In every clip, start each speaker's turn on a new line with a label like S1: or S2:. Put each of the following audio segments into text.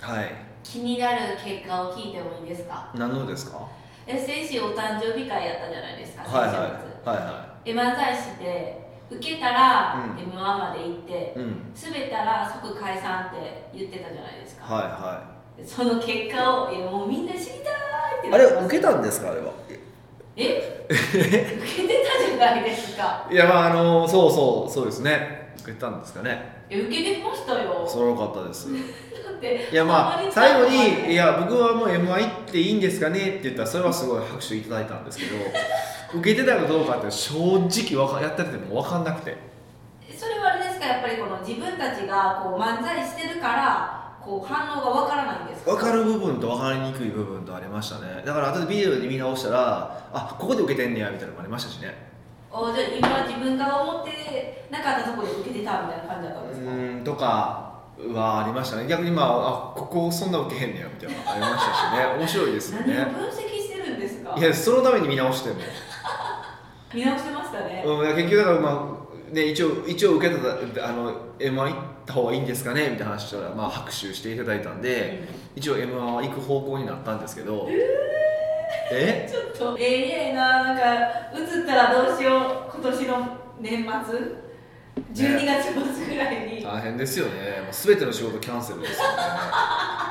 S1: はい
S2: 気になる結果を聞いてもいいですか
S1: 何のですか
S2: え先週お誕生日会やったじゃないですか先週
S1: はいはい
S2: 末
S1: は
S2: え漫才師で受けたら
S1: うん
S2: m 1まで行って
S1: いはいうん
S2: 滑ったら即解散って言ってたじゃないですか、
S1: はいは
S2: その結果をいやもうみんな知りたいって
S1: いあ
S2: な
S1: れ
S2: ってます
S1: 受けたんですかあれは
S2: え受けてたじゃないですか
S1: いやまああのそうそうそうですね受けたんですかね
S2: いや受けてましたよ
S1: それは良かったです
S2: だって
S1: いやま
S2: あん
S1: あ
S2: り
S1: 最後
S2: 最後ま
S1: に「
S2: で
S1: いや僕はもう m 1行っていいんですかね?」って言ったらそれはすごい拍手いただいたんですけ ど受けてたかどうかって正直わかやってても分かんなくて
S2: それはあれですかやっぱりこの自分たちがこう漫才してるからこう反応がわからないんですか
S1: 分かる部分と分かりにくい部分とありましたねだから後でビデオで見直したらあここで受けてんねやみたいなのもありましたしね
S2: おじゃあ今自分が思ってなかったところで受けてたみたいな感じだった
S1: うん
S2: ですか
S1: ーんとかはありましたね逆にまああここそんな受けへんねやみたいなのありました しね面白いですよ
S2: 何を
S1: ね
S2: 分析してるんですか
S1: いやそのために見直しても
S2: 見直してましたね、
S1: うん、だから結局だから、まあね、一応一応受けたあの m 1行った方がいいんですかねみたいな話したら、まあ、拍手していただいたんで、一応 m 1は行く方向になったんですけどえ
S2: ちょっとええええななんか映ったらどうしよう今年の年末12月末ぐらいに、
S1: 大変ですよねもう全ての仕事キャンセルですよね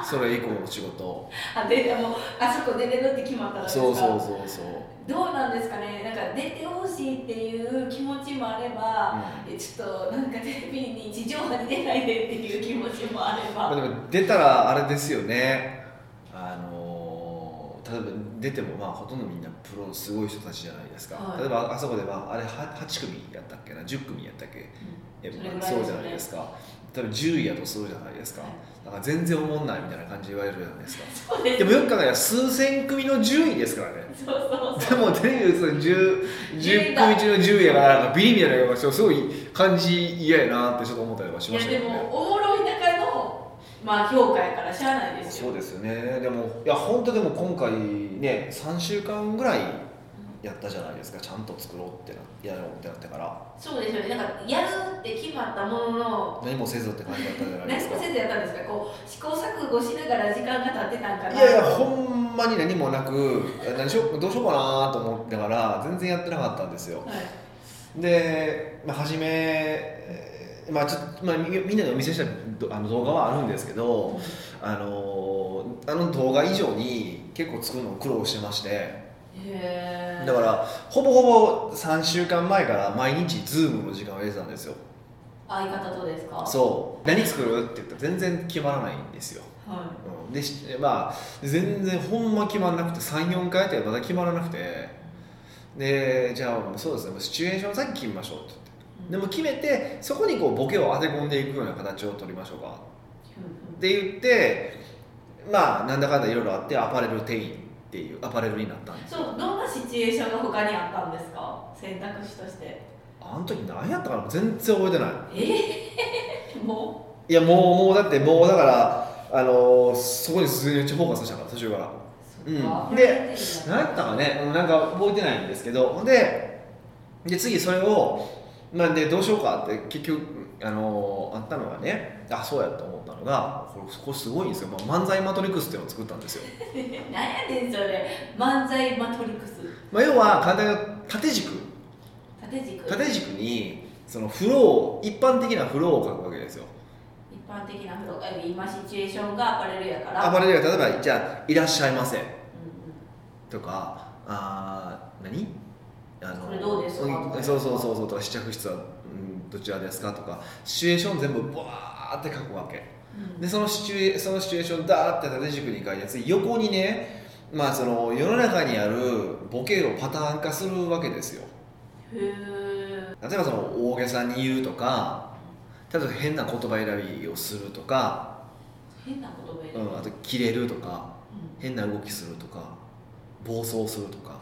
S1: それ以降の 仕事
S2: あでもうあそこ出れるって決まったらですか
S1: そうそうそうそう、
S2: どうなんですかねなんか出てほしいっていう気持ちもあれば、えちょっとなんかテレビに地上波に出ないでっていう気持ちもあれ
S1: まあ、
S2: ば
S1: でも出たらあれですよねあのー例えば出てもまあほとんどみんなプロすごい人たちじゃないですか、
S2: はい
S1: 例えばあそこではあれ 8, 8組やったっけな10組やったっけえ
S2: それぐらい
S1: ま
S2: で
S1: あ
S2: す
S1: そ
S2: ね
S1: うじゃないですか多分10位やとするじゃないですか
S2: はい
S1: だから全然思んないみたいな感じで言われるじゃないですか
S2: そうです
S1: でもよく考えたら数千組の10位ですか らね
S2: そうそう
S1: でもテレビでその 10, 10
S2: 10だ
S1: 組中の10位やからなんかビリみたいなのがすごい感じ嫌やなってちょっと思ったりはし
S2: い
S1: ま
S2: や
S1: した
S2: で
S1: けど
S2: も
S1: ね
S2: おもろい中のまあ評価やからしゃあないです
S1: そう
S2: よ
S1: ですよねでもいや本当でも今回ね3週間ぐらいやったじゃないですかちゃんと作ろうってなやろうってなってから
S2: そうですよねなんかやるって決まったものの
S1: 何もせずって感じだったじゃないで
S2: 何
S1: すか
S2: も先生やったんですかこう試行錯誤しながら時間が経ってたんかない
S1: やいやほんまに何もなく何しようどうしようかなと思ってたから全然やってなかったんですよ
S2: はい
S1: で、まあ、初め、えーまあちょっとまあ、みみんなにお見せしたどあの動画はあるんですけどあのーあの動画以上に結構作るの苦労してまして
S2: へえ
S1: だからほぼほぼ3週間前から毎日ズームの時間を入れてたんですよ
S2: 相方とですか
S1: そう何作るって言ったら全然決まらないんですよ
S2: は
S1: うんでしまあ全然ほんま決まらなくて34回やってまだ決まらなくてでじゃあもうそうですねもうシチュエーション先決めましょうって言って
S2: い
S1: でも決めてそこにこうボケを当て込んでいくような形を取りましょうか
S2: うん
S1: って言ってまあなんだかんだいろいろあってアパレル店員っていうアパレルになったんです
S2: そうどんなシチュエーションが他にあったんですか選択肢として
S1: あの時何やったかな全然覚えてない
S2: ええ も
S1: いやもうもうだってもうだからあのーそこに数めっちゃフォーカスしたから途中から
S2: う
S1: うん
S2: そっか
S1: で何やったかねうんなんか覚えてないんですけどほんでで次それを、まあ、でどうしようかって結局あのあったのがねあそうやと思ったのがこれこれすごいんですよ、まあ、漫才マトリックスっていうのを作ったんですよ、
S2: 何やねんそれ漫才マトリックス
S1: まあ、要は簡単に縦軸
S2: 縦軸
S1: 縦軸にそのフロー一般的なフローを書くわけですよ
S2: 一般的な風呂え今シチュエーションがアパレルやから
S1: アパレルが例えばじゃあ「いらっしゃいませ
S2: う」
S1: とか「あー何あの
S2: これどうですか
S1: んそうそうそうそうとか試着室は、うん、どちらですかとかシチュエーション全部バーって書くわけ
S2: んうんうん
S1: でそのシチュエそのシチュエーションダーって縦軸に書いて次横にねまあその世の中にあるボケをパターン化するわけですよ
S2: へえ
S1: 例えばその大げさに言うとか例えば変な言葉選びをするとか、
S2: 変な言葉や
S1: う
S2: ね
S1: ん、あとキレるとか
S2: うん
S1: 変な動きするとか暴走するとか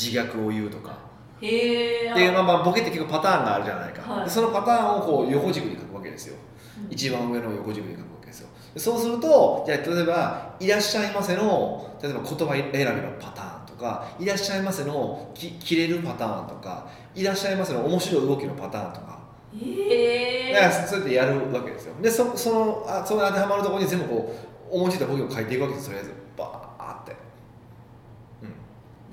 S1: 自虐を言うとか
S2: へえ
S1: っていうまあまあボケって結構パターンがあるじゃないか、
S2: はい
S1: でそのパターンをこう横軸に書くわけですよ
S2: うん
S1: 一番上の横軸に書くわけですよでそうするとじゃあ例えば「いらっしゃいませの」例えば言葉選びのパターンとか「いらっしゃいませの」きキレるパターンとか「いらっしゃいませの」面白い動きのパターンとか
S2: へ
S1: だから
S2: え
S1: そうやってやるわけですよでそそのあその当てはまるところに全部こう思いついた僕を書いていくわけですとりあえずバーって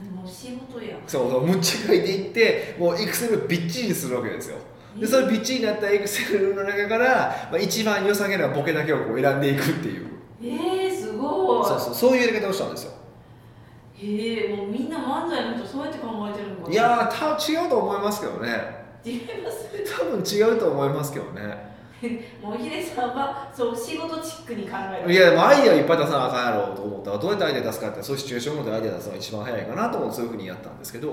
S2: でも仕事や
S1: そうそうむっちゃ書いていってもうエクセルびっちりにするわけですよでそれびっちりになったエクセルの中から、まあ、一番良さげなボケだけをこう選んでいくっていう
S2: えー、すごい
S1: そうそうそういうやり方をしたんですよ
S2: へえもうみんな漫才の人そうやって考えてるのかない
S1: やーた違うと思いますけどね
S2: 違います
S1: 多分違うと思いますけどね
S2: もうヒデさんはそう仕事チックに考える
S1: いやでもアイデアいっぱい出さなあかんやろうと思ったらどうやってアイデア出すかってそういうシチュエーションごとにアイデア出すのが一番早いかなと思ってそういうふうにやったんですけど、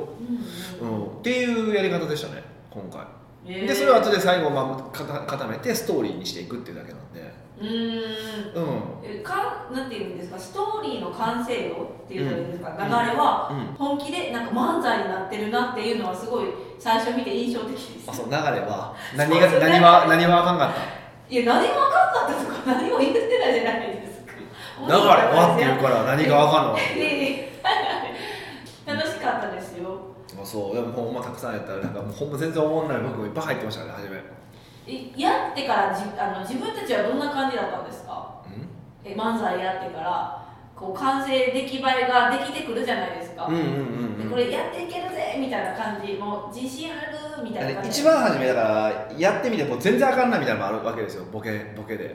S2: う
S1: う
S2: んうん
S1: ん、っていうやり方でしたね今回
S2: えー
S1: でそれを後で最後、まあ、かた固めてストーリーにしていくっていうだけなんで
S2: うーん
S1: うん
S2: えかなんていうんですかストーリーの完成度っていうのですか、
S1: ん
S2: 流れは
S1: うん
S2: 本気でなんか漫才になってるなっていうのはすごい最初見て印象的です
S1: あそう流れは何
S2: そうそ
S1: が
S2: う
S1: 何は何はあかんかった
S2: いや何も分かんなかったとか何も言ってないじゃないですか
S1: 流れはって言うから何があかんのか
S2: いやいや 楽しかったですよ
S1: あそうでもほんまたくさんやったらなんかもうほんま全然思わない僕もいっぱい入ってましたね初めうん
S2: いやってからじあの自分たちはどんな感じだったんですかえ漫才やってからこう完成出来栄えができてくるじゃないですか、
S1: うんうん
S2: で
S1: うん
S2: こ
S1: うん
S2: れやっていけるぜみたいな感じもう自信あるみたいな感
S1: あれ
S2: じ
S1: 一番初めだからやってみてもう全然あかんないみたいなのもあるわけですよボケボケで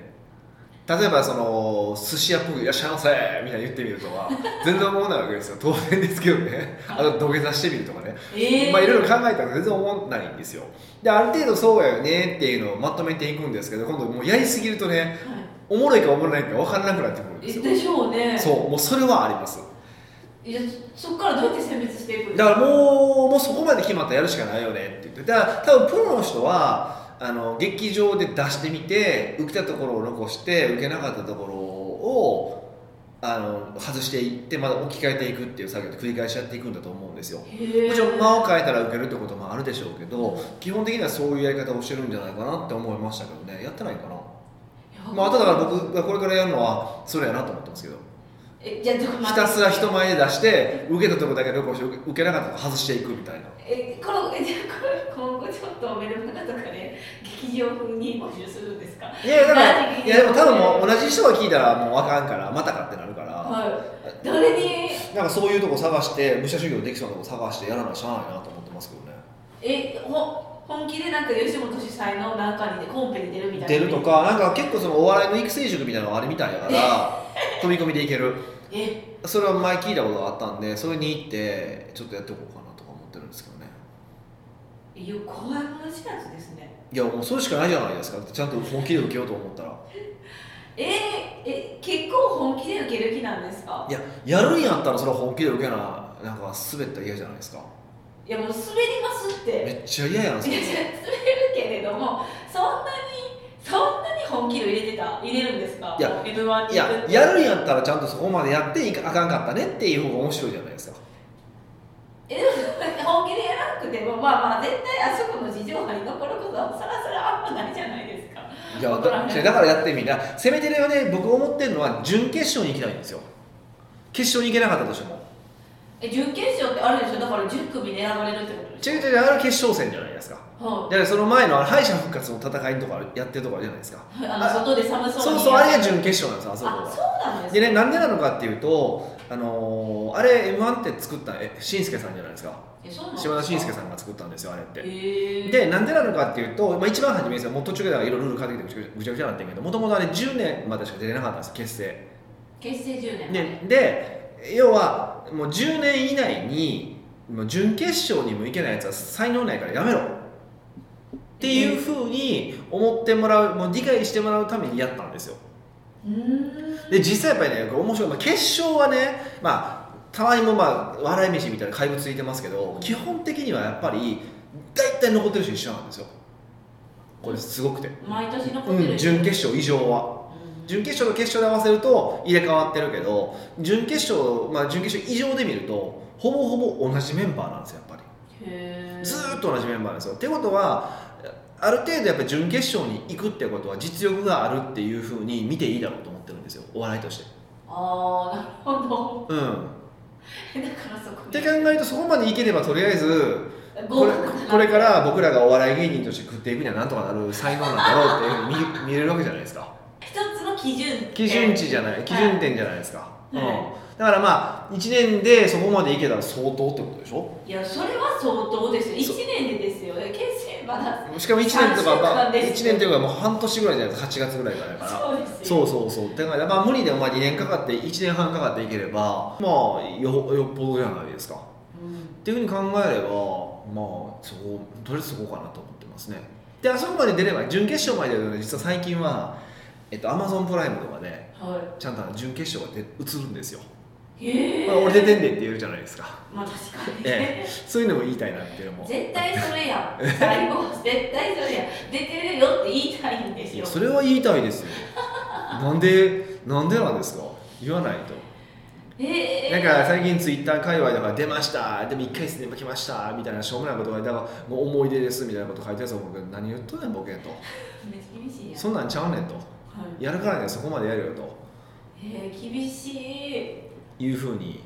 S1: 例えばその寿司屋っぽく「いらっしゃいませ」みたいな言ってみるとか全然思わないわけですよ当然ですけどねあと土下座してみるとかね
S2: えー、
S1: まあいろいろ考えたら全然思わないんですよである程度そうやよねっていうのをまとめていくんですけど今度もうやりすぎるとね
S2: は
S1: おもろいかおもろないか分からなくなってくるん
S2: い
S1: ですよ
S2: でしょうね
S1: そうもうそれはあります
S2: いやそっからどうやって選別していくんです
S1: だからもうもうそこまで決まったらやるしかないよねって言ってだから多分プロの人はあの劇場で出してみて受けたところを残して受けなかったところをあの外していってまだ置き換えていくっていう作業で繰り返しやっていくんだと思うんですよ
S2: へえ
S1: もちろん間を変えたら受けるってこともあるでしょうけど基本的にはそういうやり方をしてるんじゃないかなって思いましたけどねやってないかな、まああとだから僕がこれからやるのはそれやなと思ってますけど
S2: えじゃあちょっと
S1: ひ
S2: 待ったて
S1: すら人前で出して受けたとこだけ残して受け受けなかったとこ外していくみたいな
S2: えこのえじゃあこれ今後ちょっとメルマガとかで劇場風に募集するんですか
S1: いやだから
S2: 何
S1: いやでも多分もう同じ人が聞いたらもうあかんからまたかってなるから、
S2: はい誰に
S1: なんかそういうとこ探して武者修行できそうなとこ探してやらなしゃあないなと思ってますけどね
S2: えほ本気でなんか吉本主催のなんかにでコンペに出るみたいな
S1: 出るとかなんか結構そのお笑いの育成塾みたいなのがあるみたいだから 飛び込みでいける
S2: え
S1: それは前聞いたことがあったんでそれに行ってちょっとやっておこうかなとか思ってるんですけどね
S2: いや怖い話なんですね
S1: いやもうそれしかないじゃないですかちゃんと本気で受けようと思ったら
S2: えー、え結構本気で受ける気なんですか
S1: いややるんやったらそれは本気で受けななんか滑ったら嫌じゃないですか
S2: いやもう滑りますっていや
S1: めっちゃ嫌やんそ
S2: い
S1: れ
S2: や滑るけれどもそんなにそんなに本気度入れてた入れるんですか
S1: いや
S2: M1
S1: い
S2: に
S1: ややるんやったらちゃんとそこまでやっていかあかんかったねっていう方が面白いじゃないですか
S2: えでも本気でやらなくてもまあまあ絶対あそこの事情波に残ることはさらさらあんまないじゃないですか
S1: いや
S2: わからんね
S1: だだからやってみんなせめてるよね僕思ってるのは準決勝に行きたいんですよ決勝に行けなかったとしても
S2: え準決勝ってあるでしょだから10組狙われるってことでし
S1: 違う違う違うあれは決勝戦じゃないですか
S2: ょは
S1: だからその前のあの敗者復活の戦いとかやってるとこあるじゃないですか
S2: いあの外で寒そう
S1: そ
S2: に
S1: うそうあれ
S2: あ
S1: が準決勝なんですよあそ
S2: そう
S1: こが
S2: なんです
S1: でね、なんでなのかっていうと、あのーあれ m 1って作ったえしんすけさんじゃないですか
S2: えそうなんです
S1: 島
S2: か
S1: 田紳介さんが作ったんですよあれって
S2: へえ
S1: でなんでなのかっていうと、まあ、一番初めですよもう途中でいろいろルール変わってきてぐちゃぐちゃぐちゃぐちゃになってんけどもともとあれ10年までしか出れなかったんです結成
S2: 結成10年
S1: でで要はもう10年以内にもう準決勝にも行けないやつは才能ないからやめろっていうふうに思ってもらうもう理解してもらうためにやったんですよ
S2: うーん
S1: で実際やっぱりねこれ面白い、まあ、決勝はねまあたまにもまあ笑い飯みたいな怪物ついてますけど基本的にはやっぱり大体残ってる人一緒なんですよこれすごくて、
S2: 毎年残
S1: う
S2: ってる、
S1: ん、準決勝以上は
S2: うん
S1: 準決勝と決勝で合わせると入れ替わってるけど準決勝まあ準決勝以上で見るとほぼほぼ同じメンバーなんですよやっぱ
S2: へー
S1: りずーっと同じメンバーなんですよってことはある程度やっぱり準決勝に行くってことは実力があるっていうふうに見ていいだろうと思ってるんですよお笑いとして
S2: ああなるほど
S1: うん
S2: だからそこ
S1: って
S2: で
S1: 考えるとそこまでいければとりあえず
S2: 合
S1: これ
S2: 格
S1: これから僕らがお笑い芸人として食っていくにはなんとかなる才能なんだろうっていうふうに見見れるわけじゃないですか
S2: 一つの基準点
S1: 基準値じゃない基準点じゃないですか、うん
S2: は
S1: だからまあ1年でそこまでいけたら相当ってことでしょ
S2: いやそれは相当ですよ
S1: そう
S2: 1年でですよね決戦まだ
S1: しかも1年とか、
S2: 3
S1: ま
S2: 週間
S1: あ、
S2: です
S1: 1年というかもう半年ぐらいじゃないですか8月ぐらいからだから
S2: そうです
S1: そう
S2: う
S1: そうそうだからまあ無理でもまあ2年かかって1年半かかっていければまあよよっぽどじゃないですかっ
S2: ん
S1: ていうふうに考えればまあそことりあえずそこかなと思ってますねであそこまで出れば準決勝まで出るので実は最近はえっとアマゾンプライムとかで
S2: は
S1: ちゃんとあの準決勝が出映るんですよ、
S2: いへえ
S1: まあ俺出てんでって言えるじゃないです か
S2: まあ確かに、
S1: えそういうのも言いたいなっていうのも
S2: 絶対それやん最後 絶対それやん出てるよって言いたいんです
S1: い
S2: よ
S1: やそれは言いた いですよなんでなんでなんですか言わないと
S2: え
S1: なんか最近ツイッター界隈とか出ましたでも1回戦で負けましたみたいなしょうもないことがだからもう思い出ですみたいなこと書いてるやつ思うけど何言っとんねんボケと
S2: めっちゃ厳しいやん、
S1: そんなんちゃうねんと
S2: はい
S1: やるからにはそこまでやるよと
S2: えー、厳しい
S1: いうふうに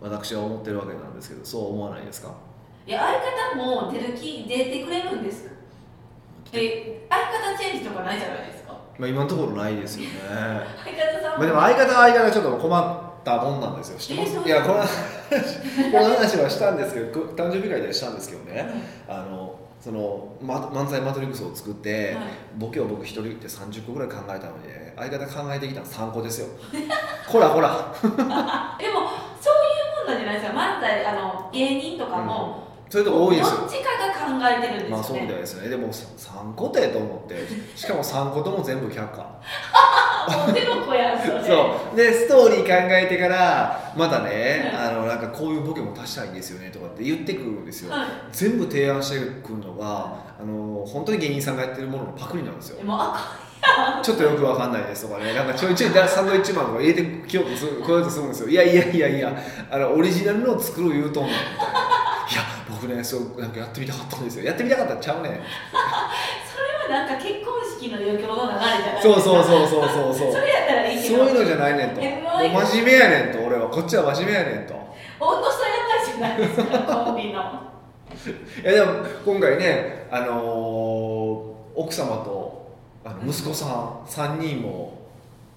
S1: 私は思ってるわけなんですけどそう思わないですか
S2: いや相方も出る気出てくれるんですかえ相方チェンジとかないじゃないですか
S1: まあ今のところないですよ ねま
S2: 相方さん
S1: あでも相方は相方ちょっと困ったもんなんですよ知って
S2: えそう
S1: ますいやこの話この話はしたんですけどこ誕生日会ではしたんですけどねあのそのま漫才マトリックスを作って、
S2: はい
S1: ボケを僕一人で30個ぐらい考えたので、相方考えてきたの3個ですよこらこら
S2: でもそういうもんなんじゃないですか漫才あの芸人とかも、
S1: それで多いです
S2: ど
S1: よ
S2: っちかが考えてるんですよね、
S1: まあそうみたいですねでも3個てと思ってしかも3個とも全部却下
S2: あもう手の子やんそれ
S1: そうでストーリー考えてからまたね
S2: うん
S1: あのなんかこういうボケも足したいんですよねとかって言ってくるんですよ
S2: はい
S1: 全部提案してくるのがあの本当に芸人さんがやってるもののパクリなんですよ
S2: でもあ
S1: ちょっとよくわかんないですとかね、なんかちょいちょいサンドイッチマンとか入れてきようとするこういうとするんですよ。いやいやいやいや、あのオリジナルのを作ろう言うとんねんみたいな。いや、僕ね、そうなんかやってみたかったんですよ。やってみたかったんちゃうねん。
S2: それはなんか結婚式の余興の流れじゃないですか
S1: そうそうそうそうそうそう。
S2: それやったらいいけ
S1: そう
S2: ど
S1: いうのじゃないねんと。
S2: え
S1: も
S2: もう一個
S1: う真面目やねんと、俺は。こっちは真面目やねんと。
S2: 温度差やったじゃないですかコンビの
S1: いや、でも今回ね、あのー奥様とあの息子さん3人も、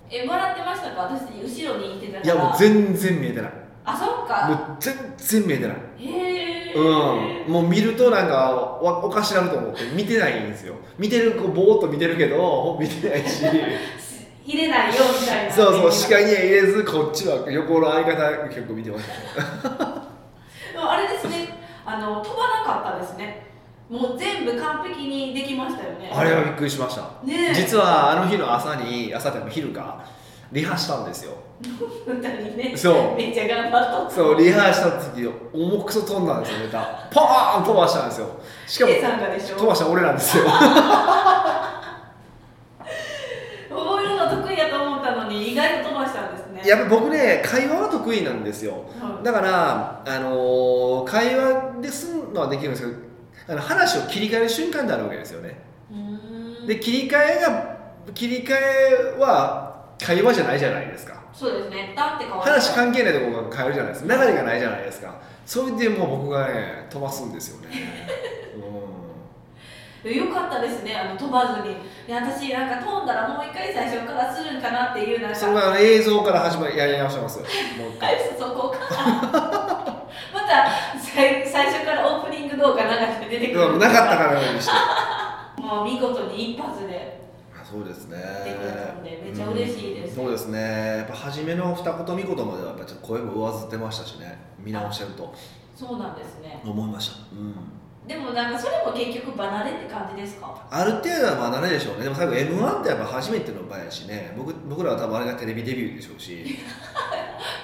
S2: えもらってましたか私後ろにいてたから
S1: いや、もう全然見えてない。
S2: あそっか
S1: もう全然見えてない。
S2: へえ
S1: うん、もう見るとなんかわおかしなると思って見てないんですよ見てるこうぼーっと見てるけど見て ないし
S2: 入れないよみたいな
S1: そうそう視界には入れずこっちは横の相方結構見てました
S2: でもあれですねあの飛ばなかったですねもう全部完璧にできましたよね
S1: あれはびっくりしました
S2: ねえ
S1: 実はあの日の朝に朝でも昼かリハしたんですよ
S2: 本当にね
S1: そう
S2: めっちゃ頑張っとった
S1: そうリハした時重くそ飛んだんですよネタポーン飛ばしたんですよしかも
S2: A さんがでしょ
S1: 飛ばした俺なんですよ
S2: 覚えるの得意やと思ったのに意外と飛ばしたんですね
S1: やっぱ僕ね会話は得意なんですよ
S2: はい
S1: だから、あのー会話ですんのはできるんですけどあの話を切り替える瞬間であるわけですよね、
S2: うーん
S1: で切り替えが切り替えは会話じゃないじゃないですか
S2: そうですねだって変わる
S1: 話関係ないところが変えるじゃないですか流れがないじゃないですかそれでもう僕がね飛ばすんですよねう
S2: よかったですねあの飛ばずにで私なんか飛んだらもう一回最初からするんかなっていうなん
S1: ん
S2: か
S1: それは映像から始まりやり直しますもう一
S2: はい
S1: 回
S2: そこからまた最最初からオープニング動画流して出てく
S1: う
S2: る
S1: んなかったからのようにして
S2: もう見事に一発で
S1: そうですね
S2: 出てくれたんでめっちゃ嬉しいです
S1: そうですねやっぱ初めの二言三言まではやっぱちょっと声も上ずってましたしね見直してると
S2: そうなんですね
S1: 思いました、うん、
S2: でもなんかそれも結局離れって感じですか
S1: ある程度はまあ慣れでしょうねでも最後 m 1ってやっぱ初めての場やしね僕僕らは多分あれがテレビデビューでしょうし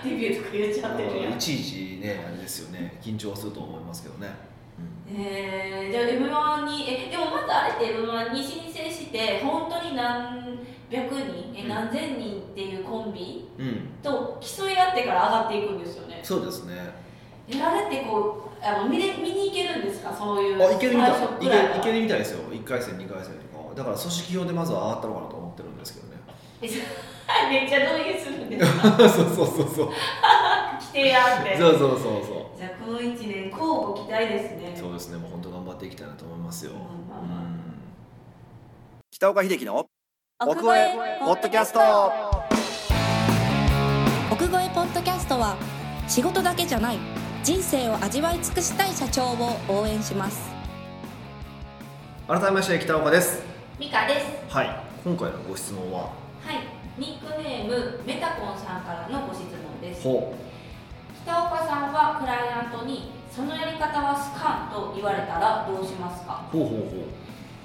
S2: デビューとか言っちゃってるやん
S1: いちいちねあれですよね緊張はすると思いますけどね、
S2: えー、じゃあ m 1にえでもまずあれって m 1に申請して本当に何百人え
S1: うん
S2: 何千人っていうコンビ
S1: うん、うん、
S2: と競い合ってから上がっていくんですよね
S1: そうですね
S2: えあれってこうあの見れ見に行けるんですかそういう
S1: あいけるみたい
S2: 最初
S1: い
S2: くらい
S1: け
S2: はい
S1: けるみたいですよ1回戦2回戦とかだから組織票でまずは上がったのかなと思ってるんですけ どね
S2: めっちゃ動揺するんです か
S1: そうそうそうそう
S2: 規定やって
S1: そうそうそうそう
S2: じゃあこの1年交互期待ですね
S1: そうですね、もう本当頑張っていきたいなと思いますよ。
S2: まあまあまあ
S1: 北岡秀樹の
S3: 奥越えポッドキャスト奥越えポッドキャストは仕事だけじゃない人生を味わい尽くしたい社長を応援します
S1: 改めまして北岡です
S2: ミカです
S1: はい今回のご質問は
S2: はいニックネームメタコンさんからのご質問です
S1: ほ
S2: 北岡さんはクライアントにそのやり方はスカンと言われたらどうしますか
S1: うほうほうほ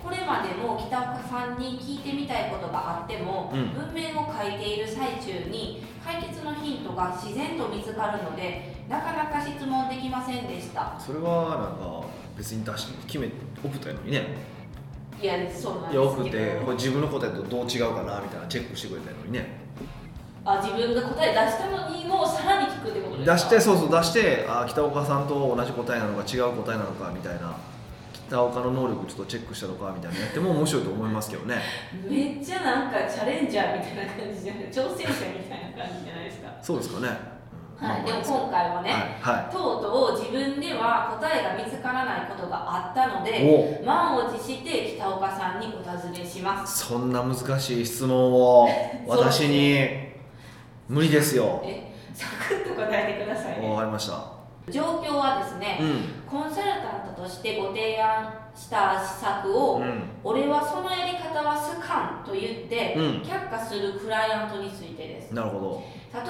S2: これまでも北岡さんに聞いてみたいことがあっても、
S1: うん
S2: 文面を書いている最中に解決のヒントが自然と見つかるのでなかなか質問できませんでした
S1: うそれはなんか別に出して決めオフたいのにね
S2: いやそうなん
S1: いやオフ
S2: です
S1: っ
S2: け
S1: てこ
S2: ど
S1: れ自分の答えとどう違うかなみたいなチェックしてくれたのにね
S2: あ自分が答え出したのにもうさらに聞くってことですか
S1: 出してそうそう出してあー北岡さんと同じ答えなのか違う答えなのかみたいな北岡の能力ちょっとチェックしたのかみたいなのやっても面白いと思いますけどね
S2: めっちゃなんかチャレンジャーみたいな感じじゃない挑戦者みたいな感じじゃないですか
S1: そうですかね、うん
S2: はい、でも
S1: まあま
S2: 今回も
S1: あ
S2: ね、
S1: は
S2: とうとう自分では答えが見つからないことがあったの
S1: い、はい、
S2: で
S1: お
S2: 満を持して北岡さんにお尋ねします
S1: そんな難しい質問を
S2: そうです
S1: 私に無理ですよ
S2: えサクッと答えてください
S1: わ
S2: ね
S1: かりました
S2: 状況はですね、
S1: うん
S2: コンサルタントとしてご提案した施策を、
S1: うん
S2: 俺はそのやり方はスカンと言って、
S1: うん
S2: 却下するクライアントについてです
S1: なるほど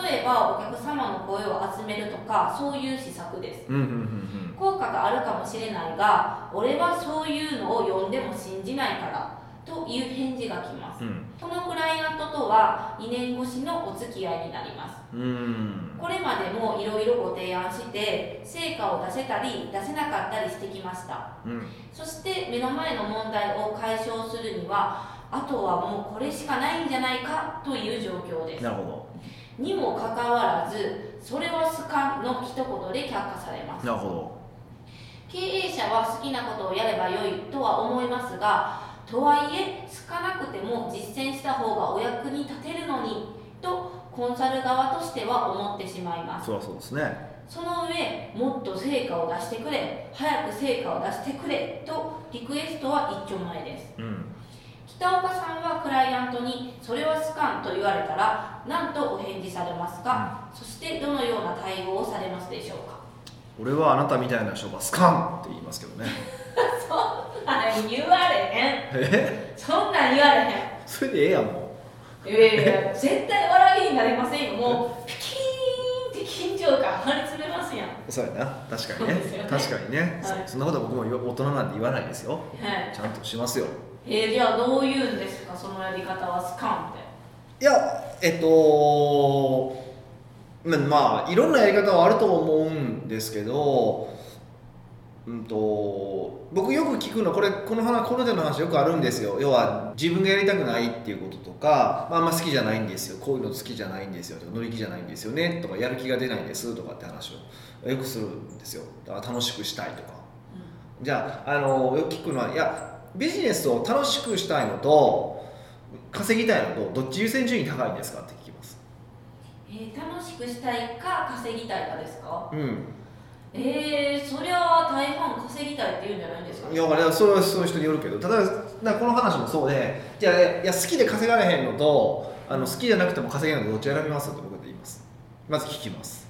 S2: 例えばお客様の声を集めるとかそういう施策です
S1: うんうんうん
S2: 効果があるかもしれないが俺はそういうのを読んでも信じないからという返事が来ます
S1: うん
S2: このクライアントとは2年越しのお付き合いになります
S1: うんうん
S2: これまでもいろいろご提案して成果を出せたり出せなかったりしてきました
S1: うん
S2: そして目の前の問題を解消するにはあとはもうこれしかないんじゃないかという状況です
S1: なるほ
S2: にもかかわらずそれはスカンの一言で却下されます
S1: どなるほ
S2: 経営者は好きなことをやればよいとは思いますがとはいえつかなくても実践した方がお役に立てるのにとコンサル側としては思ってしまいま
S1: ど
S2: す
S1: そりゃそうですね
S2: その上もっと成果を出してくれ早く成果を出してくれとリクエストは一丁前です
S1: うん
S2: 北岡さんはクライアントに「それはスカン」と言われたら何とお返事されますか、そしてどのような対応をされますでしょうか
S1: 俺はあなたみたいな人がスカンって言いますけどね
S2: はい言われへん
S1: え
S2: そんなん言われへん
S1: それでええやんも
S2: いやいやいや絶対笑いになれませんよもうピキーンって緊張感張り詰めますやんは
S1: うそうやな確
S2: そ
S1: かに
S2: うですよ
S1: ね
S2: ね
S1: 確かにね、
S2: はい
S1: そそんなことは僕も言わ大人なんて言わないですよ
S2: い
S1: ちゃんとしますよ
S2: えー、じゃあどう言うんですかそのやり方はスカンって
S1: いやえっとままあいろんなやり方はあると思うんですけど、うん、と僕よく聞くのこれこの話この手の話よくあるんですよ要は自分がやりたくないっていうこととか、まあ、あんま好きじゃないんですよこういうの好きじゃないんですよとか乗り気じゃないんですよねとかやる気が出ないですとかって話をよくするんですよだから楽しくしたいとか。じゃああのよく聞くのはいやビジネスを楽しくしたいのと稼ぎたいのとどっち優先順位高いんですかって聞きます
S2: えー、楽しくしたいか稼ぎたいかですか
S1: うん
S2: えー、そりゃ大半稼ぎたいって言うんじゃないんですか
S1: いやだからそれはそういう人によるけど例えばだからこの話もそうでじゃあいや好きで稼がれへんのとあの好きじゃなくても稼げないのとどっち選びますって僕は言いますまず聞きます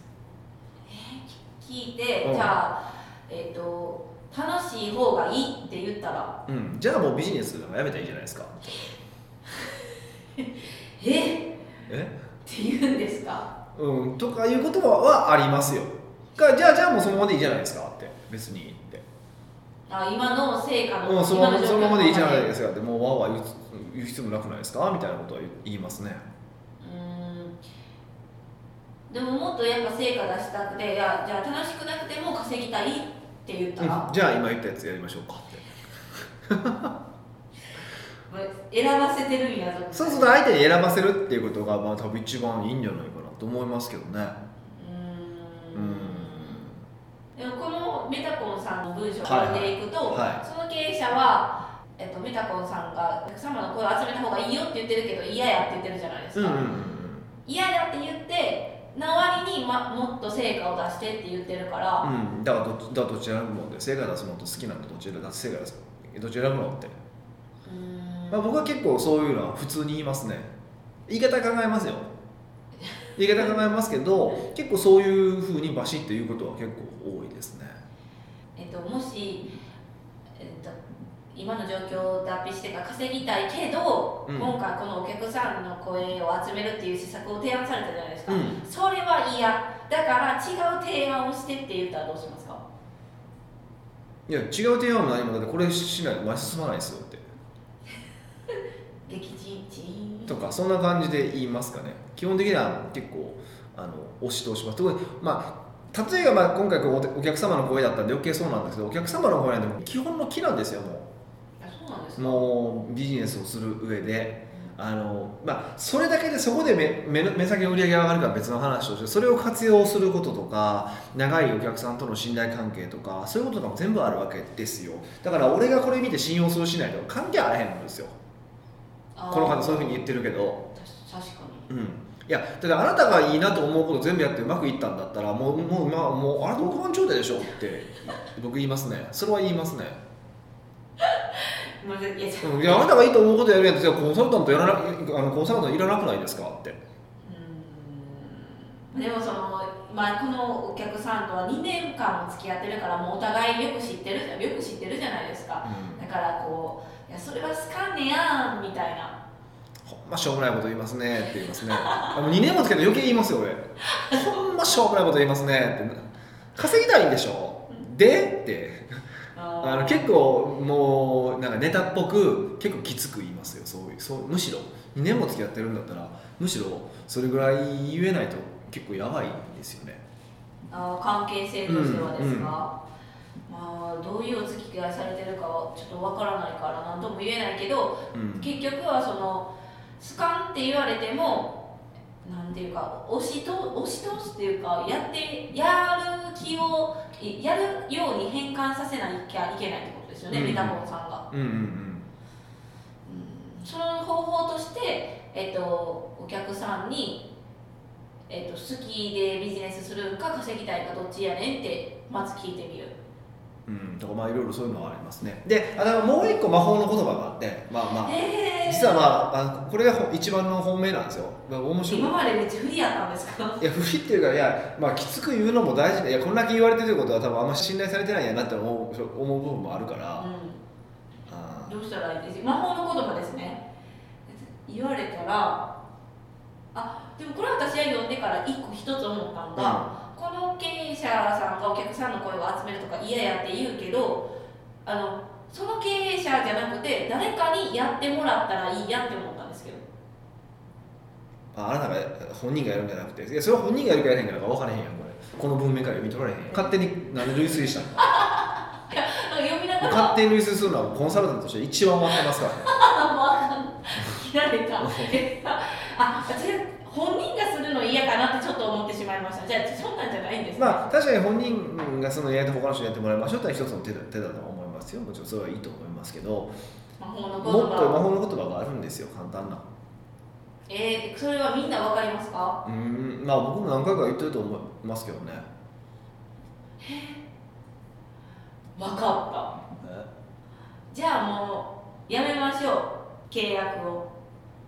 S2: 聞いて
S1: うん
S2: じゃあえっ、と楽しい方がいいって言ったら
S1: うんじゃあもうビジネスなんかやめたらいいじゃないですか
S2: えー、っ
S1: え
S2: て言うんですか
S1: うんとかいう言葉はありますよかじゃあじゃあもうそのままでいいじゃないですかって別にって
S2: あ今の成果の
S1: もうそのま
S2: 今状
S1: ま
S2: 況
S1: そのままでいいじゃない
S2: か
S1: ですかってもうわーわー言うつ言う必要もなくないですかみたいなことは言いますね
S2: うーんでももっとやっぱ成果出したくていやじゃあ楽しくなくても稼ぎたいって言ったら、
S1: じゃあ今言ったやつやりましょうかって
S2: もう選ばせてるんやぞ
S1: そうすると相手に選ばせるっていうことがまあ多分一番いいんじゃないかなと思いますけどね
S2: うーん
S1: うん
S2: でもこのメタコンさんの文章を読んでいくと、
S1: はいは
S2: その経営者は、えっと、メタコンさんがお客様の声を集めた方がいいよって言ってるけど嫌やって言ってるじゃないです
S1: うん
S2: か、
S1: うんうん
S2: 嫌だって言ってな割に、ま、もっと成果を出してって言ってるから、
S1: うん、うん、だからどっちだからどっち選ぶのって成果出すのと好きなのとどっち選ぶだって成果出すどっち選ぶのって
S2: うーん
S1: まあ、僕は結構そういうのは普通に言いますね言い方考えますよ言い方考えますけど結構そういうふうにバシッて言うことは結構多いですね
S2: えっと、もし、えっと、今の状況を脱皮してから稼ぎたいけど、
S1: うん
S2: 今回このお客さんの声を集めるっていう施策を提案されたじゃないですか、
S1: うん
S2: それは嫌だから違う提案をしてって言ったらどうしますか
S1: いや違う提案も何もだってこれしないと前進まないですよって
S2: 激人チーン
S1: とかそんな感じで言いますかね基本的には結構あの押し通します特にまあ例えばまあ今回こうおお客様の声だったんで余計そうなんですけどお客様の声なんて基本の木なんですよも
S2: あそうなんです
S1: う
S2: か
S1: もうビジネスをする上であのまあ、それだけでそこで目目の目先の売り上げが上がるかは別の話としてそれを活用することとか長いお客さんとの信頼関係とかそういうこととかも全部あるわけですよだから俺がこれ見て信用するしないとか関係あらへんのですよ
S2: あー
S1: この方そういうふうに言ってるけど
S2: た確かに
S1: うんいやだってあなたがいいなと思うこと全部やってうまくいったんだったらもうもう,、まあ、もうあれ独番長ででしょって僕言いますねそれは言いますね、
S2: まずいやじゃ
S1: うん、いやあなたがいいと思うことやるやつじゃあコンサルタントやらなあのコンサルタントいらなくないですかって
S2: うーんでもその、まあ、このお客さんとは2年間も付き合ってるからもうお互いよく知ってるじゃよく知ってるじゃないですか
S1: うん
S2: だからこう「いやそれは好かんねやん」みたいな
S1: ほんましょうもないこと言いますねって言いますねあもう2年もつけて余計言いますよ俺ほんましょうもないこと言いますねって稼ぎたいんでしょでってあ
S2: あ
S1: の結構もうなんかネタっぽく結構きつく言いますよそういうそうむしろ2年も付き合ってるんだったらむしろそれぐらい言えないと結構やばいですよね
S2: あ関係性としてはですが、まあ、どういうお付き合いされてるかはちょっとわからないから何とも言えないけど
S1: うん
S2: 結局はその「好かん」って言われてもなんていうか押し通押し通すっていうかやってやる気をいやるように変換させなきゃいけないってことですよね、
S1: うんうん
S2: メタボンさんが。
S1: うんうんうん
S2: うんその方法として、えっと、お客さんに、えっと、好きでビジネスするんか稼ぎたいかどっちやねんってまず聞いてみる
S1: うんとかまあいろいろそういうのはありますねであだからもう一個魔法の言葉があってまあまあ
S2: えー、
S1: 実はまああこれがほ一番の本命なんですよまあ面白い
S2: 今までめっちゃ不利やったんですか
S1: いや不利っていうかいや、まあ、きつく言うのも大事でいやこんだけ言われてるってことは多分あんま信頼されてないんやなって思う思う部分もあるから、
S2: う
S1: あ
S2: ん、どうしたらいいです魔法の言葉ですね言われたらあでもこれ私は読んでから一個一つ思ったのが、
S1: あ
S2: この経営者さんがお客さんの声を集めるとか嫌やって言うけどあのその経営者じゃなくて誰かにやってもらったらいいやって思ったんですけど
S1: ああなたが本人がやるんじゃなくていやそれは本人がやるかやらへんから分からへんやんこれこの文面から読み取られへんやん勝手になんで類推したのも
S2: なんか読みなが
S1: う
S2: ら
S1: 勝手に類推するのはコンサルタントとして一番分かりますからね
S2: 切られた あ私本人がするの嫌かなってちょっと思ってしまいましたじゃあそんなんじゃないんですね、
S1: まあ確かに本人がそのやりと他の人にやってもらいましょうってのは一つの手だ手だとは思いますよもちろんそれはいいと思いますけど
S2: 魔法の
S1: も
S2: 言
S1: っと魔
S2: 葉
S1: 法の言葉があるんですよ簡単な
S2: えー、それはみんなわかりますか
S1: うんまあ僕も何回か言ってると思いますけどね
S2: わかった
S1: え
S2: じゃあもうやめましょう契約を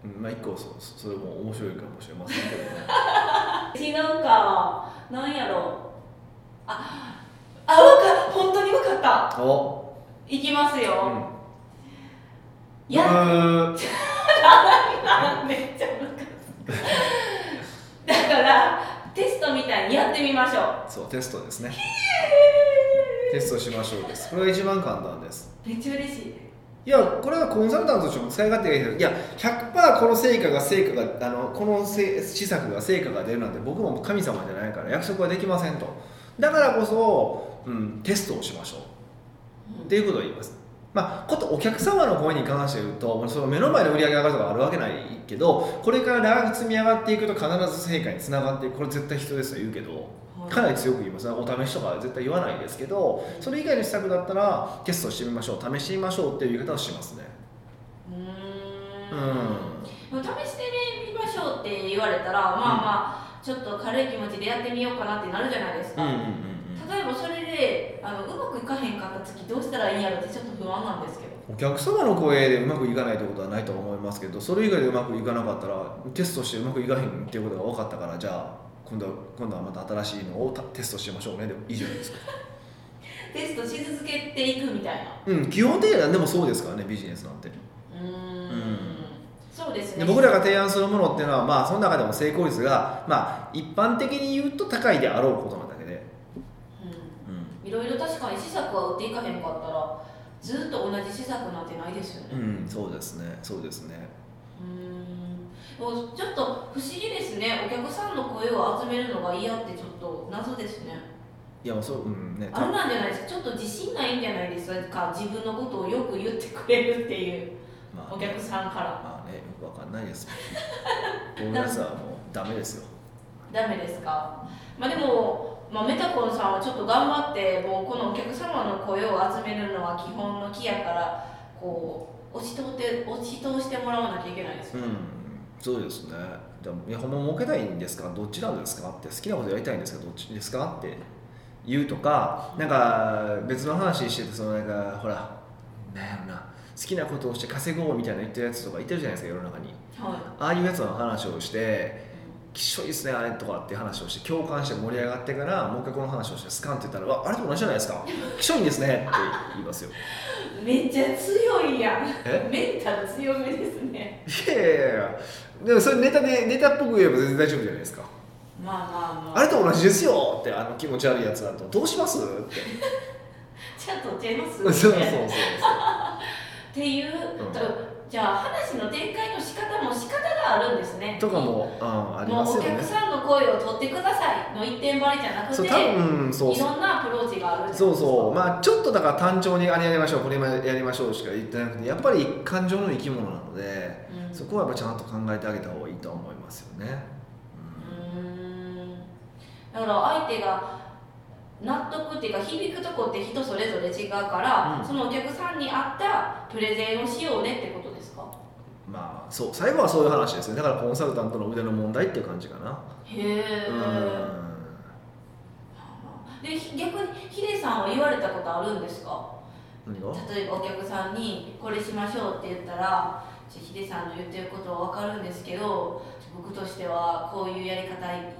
S1: うんまあ一個そそそれも面白いかもしれませんけど ね
S2: 違うかなんやろああわか本当にわかった
S1: お
S2: いきます
S1: う
S2: よ、
S1: ん
S2: いや
S1: うーん
S2: あめっちゃ難しいだからテストみたいにやってみましょう
S1: そうテストですねテストしましょうですこれが一番簡単です
S2: めっちゃ嬉しい
S1: いやこれはコンサルタントとしても使い勝手がいいけどいや100%この成果が成果があのこのせ施策が成果が出るなんて僕も神様じゃないから約束はできませんとだからこそ、うん、テストをしましょうっていうことを言います。まあ、ことお客様の声に関して言うと、その目の前の売り上げが上がるとかあるわけないけど、これから長く積み上がっていくと必ず成果につながっていく、これ絶対人ですとは言うけど、かなり強く言いますね、お試しとかは絶対言わないですけど、それ以外の施策だったら、テストしてみましょう、試してみましょうっていう言い方をしますね。
S2: う
S1: う
S2: ー
S1: ん、
S2: んでも試してみましょうって言われたらまあまあちょっと軽い気持ちでやってみようかなってなるじゃないです
S1: う
S2: か、
S1: んうんうんうん
S2: 例えばそれであのうまくいかへんかった時どうしたらいいんやろってちょっと不安なんですけど
S1: お客様の声でうまくいかないってことはないと思いますけどそれ以外でうまくいかなかったらテストしてうまくいかへんっていうことが分かったからじゃあ今度は今度はまた新しいのをたテストしましょうねでもいいじゃないですか
S2: テストし続けていくみたいな
S1: うん基本的にはでもそうですからねビジネスなんて
S2: うーん
S1: うん
S2: そうですね
S1: で僕らが提案するものっていうのはまあその中でも成功率がまあ一般的に言うと高いであろうことなだけで、
S2: う
S1: うん
S2: いろいろ確かに施策は打っていかへんかったらずっと同じ施策なんてないですよね
S1: んうん、そうですねそうですね
S2: うーんもうちょっと不思議ですねお客さんの声を集めるのが嫌ってちょっと謎ですね
S1: いやもうそううんね
S2: あれなんじゃないですかちょっと自信ないんじゃないですか自分のことをよく言ってくれるっていう
S1: まあ
S2: お客さんから
S1: まあねよくわかんないですこういうやつはもうダメですよ
S2: ダメですかまあでも、まあ、メタコンさんはちょっと頑張ってもうこのお客様の声を集めるのは基本の木やからこう押し通って押し通してもらわなきゃいけないです
S1: う
S2: ね、
S1: んそうですねじゃあいやほんま儲けたいんですかどっちなんですかって好きなことやりたいんですかどっちですかって言うとかなんか別の話しててそのなんかほらなんやろな好きなことをして稼ごうみたいな言ってるやつとかいてるじゃないですか世の中に
S2: は
S1: ああいうやつの話をして
S2: い、
S1: きっしょいっすねあれとかって話をして共感して盛り上がってからもう一回この話をしてスカンって言ったらわあれと同じじゃないですかきっしょいんですねって言います よ
S2: めっちゃ強いやん
S1: え
S2: メンタル強めですね
S1: いやいやいやでもそれネタでネタっぽく言えば全然大丈夫じゃないですか
S2: まあまあまあ
S1: あれと同じですよってあの気持ち悪いやつだとどうしますって
S2: ちゃんと落ちます
S1: そう そうそう
S2: ね
S1: そう
S2: っていう、
S1: うん
S2: とじゃあ話の展開の仕方も仕方があるんですね
S1: とかも、うん、あり
S2: も
S1: ま
S2: う
S1: す
S2: お
S1: よ
S2: 客
S1: ね
S2: さんの声を取ってくださいの一点張りじゃなくて
S1: そう多分そう
S2: い
S1: そう
S2: ろんなアプローチがあるんです
S1: そうそうまあちょっとだから単調にあれやりましょうこれやりましょうしか言ってなくてやっぱり感情の生き物なので
S2: うん
S1: そこはやっぱちゃんと考えてあげた方がいいと思いますよね、
S2: うーんだから相手が納得っていうか響くとこって人それぞれ違うから、
S1: うん
S2: そのお客さんに合ったプレゼンをしようねってことですか
S1: うん、まあそう最後はそういう話ですねだからコンサルタントの腕の問題っていう感じかな
S2: へえ、
S1: うん
S2: でひ逆にヒデさんは言われたことあるんですか
S1: 何が
S2: 例えばお客さんに「これしましょう」って言ったら「ちょヒデさんの言ってることは分かるんですけど僕としてはこういうやり方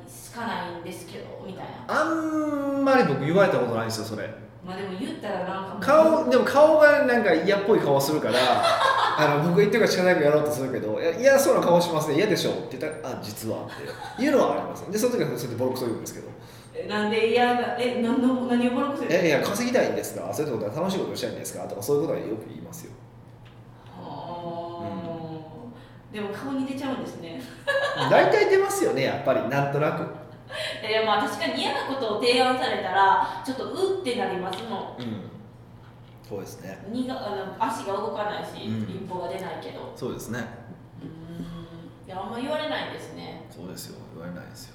S2: しかないんですけど」みたいな
S1: あんまり僕言われたことないんですよそれ
S2: まあでも言ったらなんかもう
S1: 顔でも顔がなんか嫌っぽい顔するから あの僕言ってるから仕方なくやろうとするけどいや嫌そうな顔しますね嫌でしょって言ったらあ実はっていうのはありますでその時はそれでボロクソ言うんですけど
S2: えなんで嫌なえなんの何をボロクソ言っ
S1: え
S2: て
S1: いや稼ぎたいんですかそれとも楽しいことしたいんですかとかそういうことはよく言いますよ
S2: はあでも顔に出ちゃうんですね
S1: 大体出ますよねやっぱりなんとなく
S2: いやまあ確かに嫌なことを提案されたらちょっとうってなりますもん
S1: うんそうですね
S2: 荷があの足が動かないし、
S1: うん
S2: 一歩が出ないけど
S1: そうですね
S2: うーんいやあんま言われないですね
S1: そうですよ言われないですよ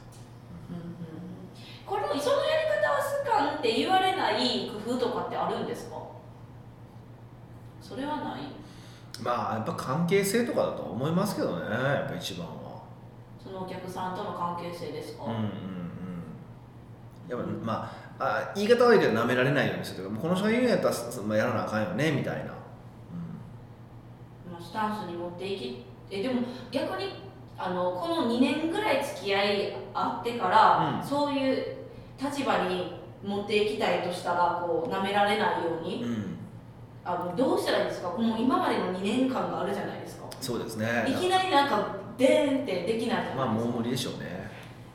S2: このそのやり方はスカンって言われない工夫とかってあるんですかそれはない
S1: まあやっぱ関係性とかだとは思いますけどねやっぱ一番は
S2: そのお客さんとの関係性ですか、
S1: うんうんうんやっぱまああ言い方悪いけどなめられないようにするとかもうこの人が言うんやったら、そまあ、やらなあかんよねみたいな、
S2: まあスタンスに持っていきえでも逆にあのこの2年ぐらい付き合いあってから、
S1: うん
S2: そういう立場に持っていきたいとしたらこうなめられないように
S1: うん、
S2: あのどうしたらいいですかもう今までの2年間があるじゃないですか
S1: そうですね
S2: いきなりなんかでーんってできないじゃ
S1: まあ
S2: ないです
S1: も
S2: か
S1: う無理でしょうね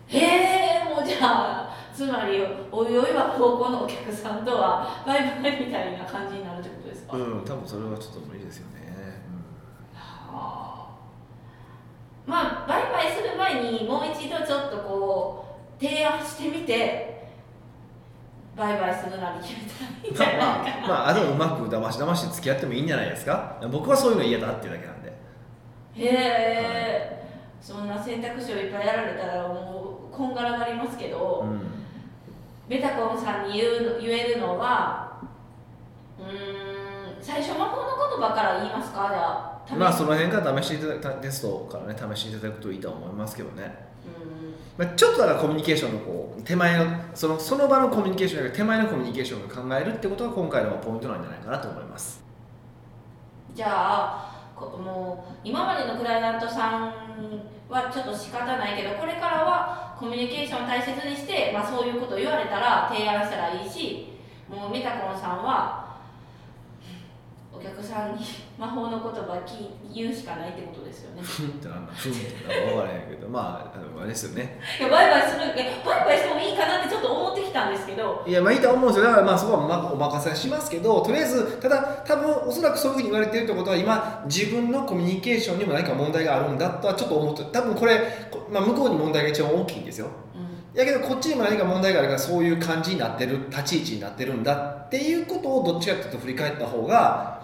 S2: へえもうじゃあつまりおいおいは高校のお客さんとは バイバイみたいな感じになるってことですか、
S1: う
S2: は
S1: ん多分それはちょっと無理ですよね、
S2: あまあバイバイする前にもう一度ちょっとこう提案してみてバイバイするなり決め
S1: うん、
S2: た
S1: ま
S2: らいいんじゃないか
S1: あまあ、まあ、あとはうまくだましだまして付き合ってもいいんじゃないですか僕はそういうの嫌だっていうだけなんで
S2: へえそんな選択肢をいっぱいやられたらもうこんがらがりますけど、
S1: うん
S2: ベタコンさんに言う言えるのはうーん最初魔法の言葉から言いますかじゃあ試し
S1: まあその辺から試していただくテストからね試していただくといいと思いますけどね
S2: う
S1: まあ、ちょっとだからコミュニケーションのこう手前のそのその場のコミュニケーションより手前のコミュニケーションを考えるってことが今回のポイントなんじゃないかなと思います
S2: じゃあこもう今までのクライアントさんはちょっと仕方ないけどこれからはコミュニケーションを大切にして、まあ、そういうことを言われたら提案したらいいしもうメタコンさんはお客さんに魔法の言葉き言うしかないってことですよね
S1: ふんってなんだふんってなんか分からへんけどまああのあれですよね
S2: いやバイバイするいやバイバイしてもいいかなってちょっと思ってきたんですけど
S1: いやまあいいとは思うんですよだからまあそこはまあお任せしますけどとりあえずただ多分おそらくそういうふうに言われてるってことは今自分のコミュニケーションにも何か問題があるんだとはちょっと思って多分これ、こまあ、向こうに問題が一番大きいんですよ
S2: うん
S1: やけどこっちにも何か問題があるからそういう感じになってる立ち位置になってるんだっていうことをどっちかっていうと振り返った方が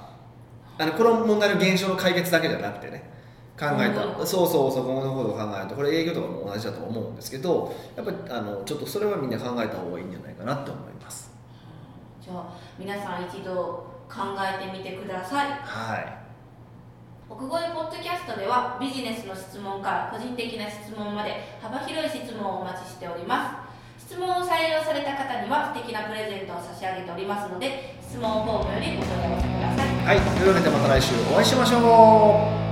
S1: あのこの問題の現象の解決だけじゃなくてね考え
S2: 今後のこ
S1: た
S2: と
S1: そうそうそう今後のことを考えるとこれ営業とかも同じだと思うんですけどやっぱりあのちょっとそれはみんな考えた方がいいんじゃないかなと思います
S2: じゃあ皆さん一度考えてみてください
S1: はい
S2: 奥越ポッドキャストではビジネスの質問から個人的な質問まで幅広い質問をお待ちしております質問を採用された方には素敵なプレゼントを差し上げておりますので質問フォームよりご問い合わせください
S1: はいというわけでまた来週お会いしましょう